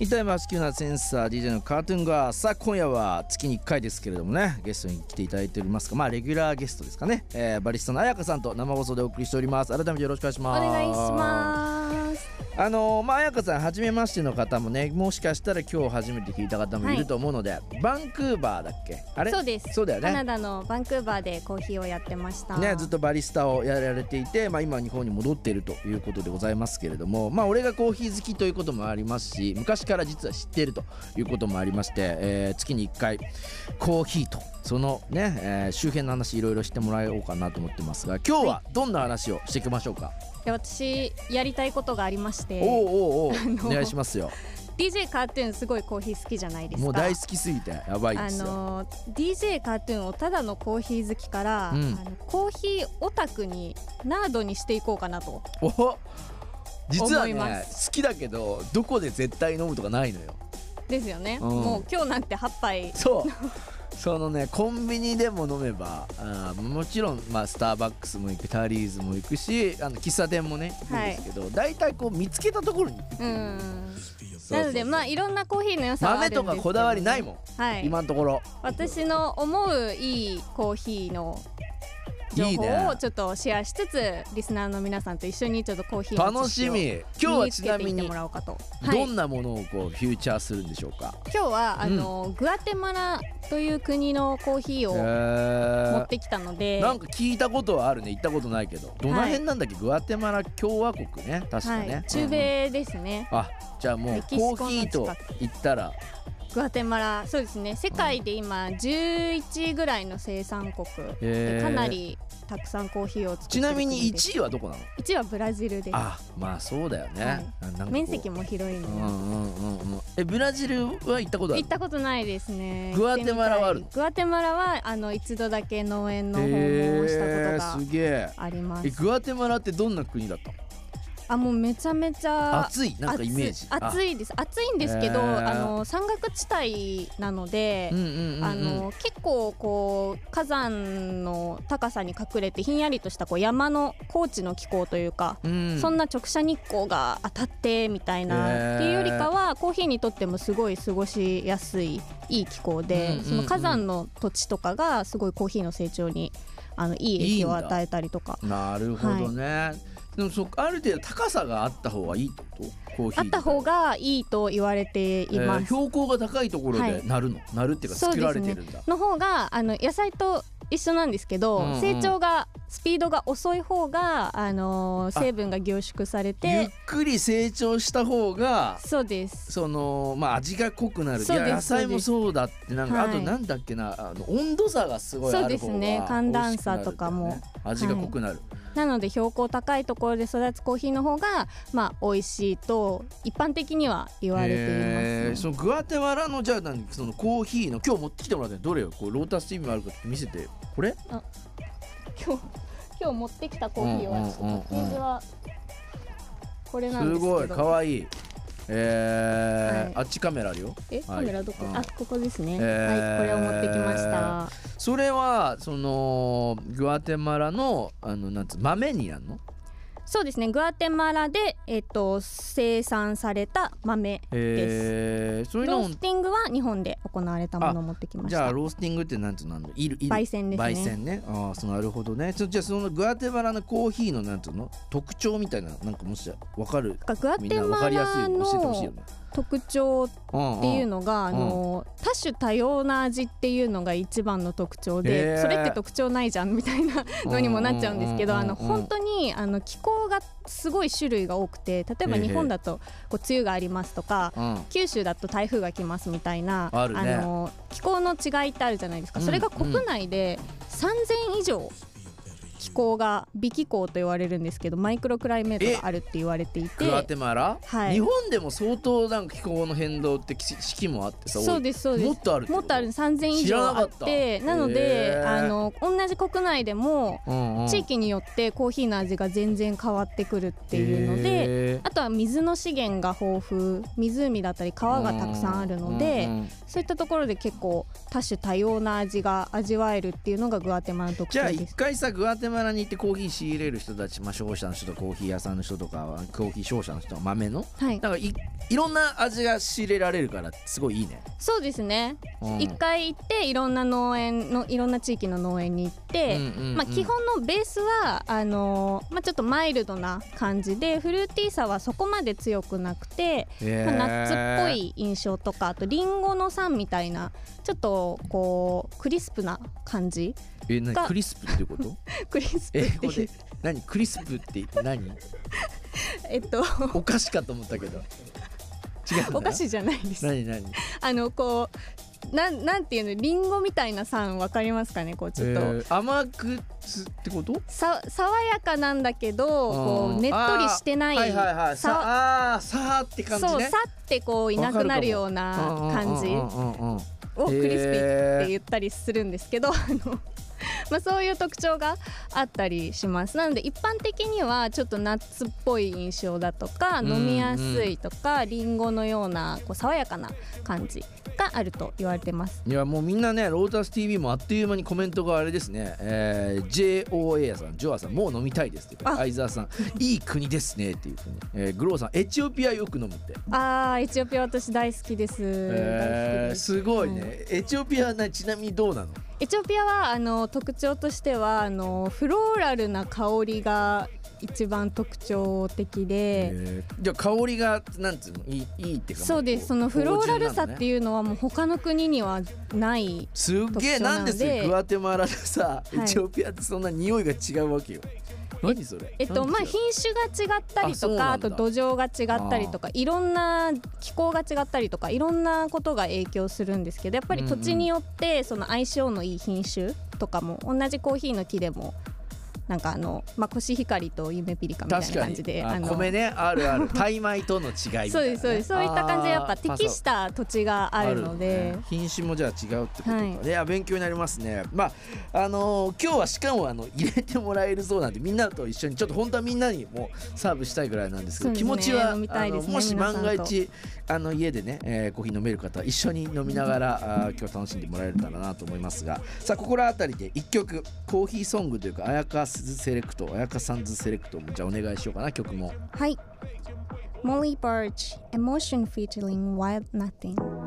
板山地球なセンサー DJ のカートゥーンがさあ今夜は月に1回ですけれどもねゲストに来ていただいておりますがまあレギュラーゲストですかね、えーバリスタの彩香さんと生放送でお送りしております改めてよろしくお願いしおます願いします。すあのーまあ彩香さん初めましての方もねもしかしたら今日初めて聞いた方もいると思うので、バンクーバーだっけあれそうですそうだよカナねダのバンクーバーでコーヒーをやってました。ね、ずっとバリスタをやられていて、まあ、今日本に戻っているということでございますけれども、まあ、俺がコーヒー好きということもありますし昔から実は知っているということもありまして、えー月に1回コーヒーとそのね、えー周辺の話いろいろしてもらおうかなと思ってますが今日はどんな話をしていきましょうか、で私やりたいことがありましおうて、おうおうのお願いしますよ DJ カートゥーンすごいコーヒー好きじゃないですか。もう大好きすぎてやばいであすよ、の DJ カートゥーンをただのコーヒー好きから、うんあのコーヒーオタクにナードにしていこうかなとおほ実は思いまね好きだけどどこで絶対飲むとかないのよですよね、うんもう今日なんて8杯そう。そのねコンビニでも飲めばあーもちろん、まあ、スターバックスも行くタリーズも行くしあの喫茶店もね行くんはいですけど、大体こう見つけたところに行くうんそうなのでまあいろんなコーヒーの良さはある豆んですけとどかこだわりないもん、はい今のところ私の思ういいコーヒーの情いい報ねをちょっとシェアしつつリスナーの皆さんと一緒にちょっとコーヒーの楽知識しをみ今日身はにつちけなていみってにもらおうかと、はい、どんなものをこうフューチャーするんでしょうか、今日はあの、グアテマラという国のコーヒへーをー持ってきたので、なんか聞いたことはあるね行ったことないけどどの辺なんだっけ、グアテマラ共和国ね確かね、はい、中米ですね、うんあじゃあもうメコキシコのーヒーと言ったらグアテマラそうですね世界で今11ぐらいの生産国へでーかなりたくさんコーヒーを作ってちるなみに国です1位はどこなの1はブラジルですあまあそうだよね、はないなんかこう面積も広いうのんで、うんうんうんえブラジルは行ったことある行ったことないですねグアテマラはあるの行ってみたいグアテマラはあの一度だけ農園の訪問をしたへえこすげえとがありまえすグアテマラってどんな国だったのあもうめちゃめちゃ暑いなんかイメージ暑暑いです暑いんですけどへえあの山岳地帯なのであうんうんうんうんあの結構こう火山の高さに隠れてひんやりとしたこう山の高地の気候というか、うんそんな直射日光が当たってみたいへーなっていうよりかはコーヒーにとってもすごい過ごしやすいいい気候で、うんうんうんその火山の土地とかがすごいコーヒーの成長にあのいい影響を与えたりとか。なるほどね、でもそある程度高さがあった方がいいってことコーヒーあった方ががいいと言われています。標高が高いところはでいなるの、なるっていうかそう作ですらねれてるんだ、の方があの野菜と一緒なんですけど、うんうん成長がスピードが遅い方が、あのーあ成分が凝縮されゆってくり成長した方がそうですそのまあ味が濃くなるいそうですや野菜もそうだってなんか、はいあとなんだっけなあの温度差がすごいある方がそうですね寒暖差とかも美味しくなるんだよね味が濃くなる、なので標高高いところで育つコーヒーの方がまあ美味しいと一般的には言われていへーます、そのグアテマラのじゃあ何そのコーヒーの今日持ってきてもらったのどれよこうロータスティームあるかって見せてよこれ今日今日持ってきたコーヒーうんうんうんうはんちょっとパッケージはこれなんすですけごどい可愛いえーはいあっちカメラあるよえカメラどこ、はいあここですへね、ーはいこれを持ってきましたそれはそのグアテマラのあのなんつう豆にやんのそうですねグアテマラで、えっと生産された豆です。へえそういうのローをスティングは日本で行われたものを持ってきましじゃあた。ロースティングってなんつうのあのいるいる焙煎ですね焙煎ねああそうなるほどねそじゃあそのグアテマラのコーヒーのなんつうの特徴みたいななんかもしわかるグアみんテなわかマりやすいよラうに教えてほしいよのね特徴っっていうのが、あうんうんの多種多様な味っていうのが一番の特へ徴ーでそれって特徴ないじゃんみたいなのにもなっちゃうんですけどあの本当にあの気候がすごい種類が多くて例えばへー日本だとこう梅雨がありますとか当うん九州だと台風が来ますみたいなあるねの気候の違いってあるじゃないですか、うんそれが国内で3000以上気候が微気候と言われるんですけどマイクロクライメートがあるって言われていてグアテマラはい日本でも相当なんか気候の変動ってき四季もあってさそうですそうですもっとあるってこもとっとある3000以知らな上かあっったてなのへでーあの同じ国内でもうんうん地域によってコーヒーの味が全然変わってくるっていうので。へーあとは水の資源が豊富湖だったり川がたくさんあるので、うんうんうんそういったところで結構多種多様な味が味わえるっていうのがグアテマラの特じ徴ゃあで一す。回さグアテテマラに行ってコーヒー仕入れる人たち、まあ、消費者の人とコーヒー屋さんの人とかはコーヒー商社の人は豆のはいなんかいいろんな味が仕入れられるからすごいいいね。そうですねうん一、回行っていろんな農園のいろんな地域の農園に行って、うんうんうんまあ、基本のベースはあのーまあ、ちょっとマイルドな感じでフルーティーさはそこまで強くなくて、へまあーナッツっぽい印象とかあとリンゴの酸みたいなちょっとこうクリスプな 感じえ何がクリスプっていうこと クリスプっ英て語いでう何クリスプって何えっとお菓子かと思ったけど違うんだお菓子じゃないです何何あのこうなんなんていうのリンゴみたいな酸わかりますかねこうちょっと、えー甘くつってことさ爽やかなんだけどこうんうねっとりしてないあーはいはいはいささあーさあって感じねそうさってこういなくなるような感じうんをうんうんうんうんクへリスピーっーて言ったりするんですけど、あの まあ、そういう特徴があったりしますなので一般的にはちょっとナッツっぽい印象だとかうんうん飲みやすいとかりんごのようなこう爽やかな感じがあると言われてます。いやもうみんなねロータス TV もあっという間にコメントがあれですね、えー JOA さんジョアさんもう飲みたいですってあ相沢さんいい国ですねっていうふうに、えーグローさんエチオピアよく飲むって、あーエチオピア私大好きです,、えーすごいね、はいエチオピアはなちなみにどうなのエチオピアはあの特徴としてはあのフローラルな香りが一番特徴的で、えーじゃあ香りがなんつうのいいいいっていうかそうですそのフローラルさってういうのはもう他の国にはないすっげえ特徴ななのんでですよグアテマラでさいエチオピアってそんな匂いが違うわけよ、何それえっと何まあそれ品種が違ったりあそうとなかあんだと土壌が違ったりとかいろんな気候が違ったりとかいろんなことが影響するんですけどやっぱり土地によってその相性のいい品種とかも同じコーヒーの木でもなんかあの、まあ、コシヒカリと夢ピリカみたい確なか感じでにああの米ねあるあるタイ米との違いみたいなね、そうですそうですそういった感じでやっぱ適しあーた土地があるのであね品種もじゃあ違うってことか、はいい、や勉強になりますねまああのー今日はしかもあの入れてもらえるそうなんでみんなと一緒にちょっと本当はみんなにもサーブしたいぐらいなんですけどそうで気すね持ちは、飲みあたいでのすねもし皆さんと万が一あの家でね、えーコーヒー飲める方は一緒に飲みながら あー今日楽しんでもらえたらなと思いますがさあここら辺りで一曲コーヒーソングというか綾香ズセレクト綾香さんズセレクトもじゃあお願いしようかな曲も。はい Molly Birch Emotion featuring Wild Nothing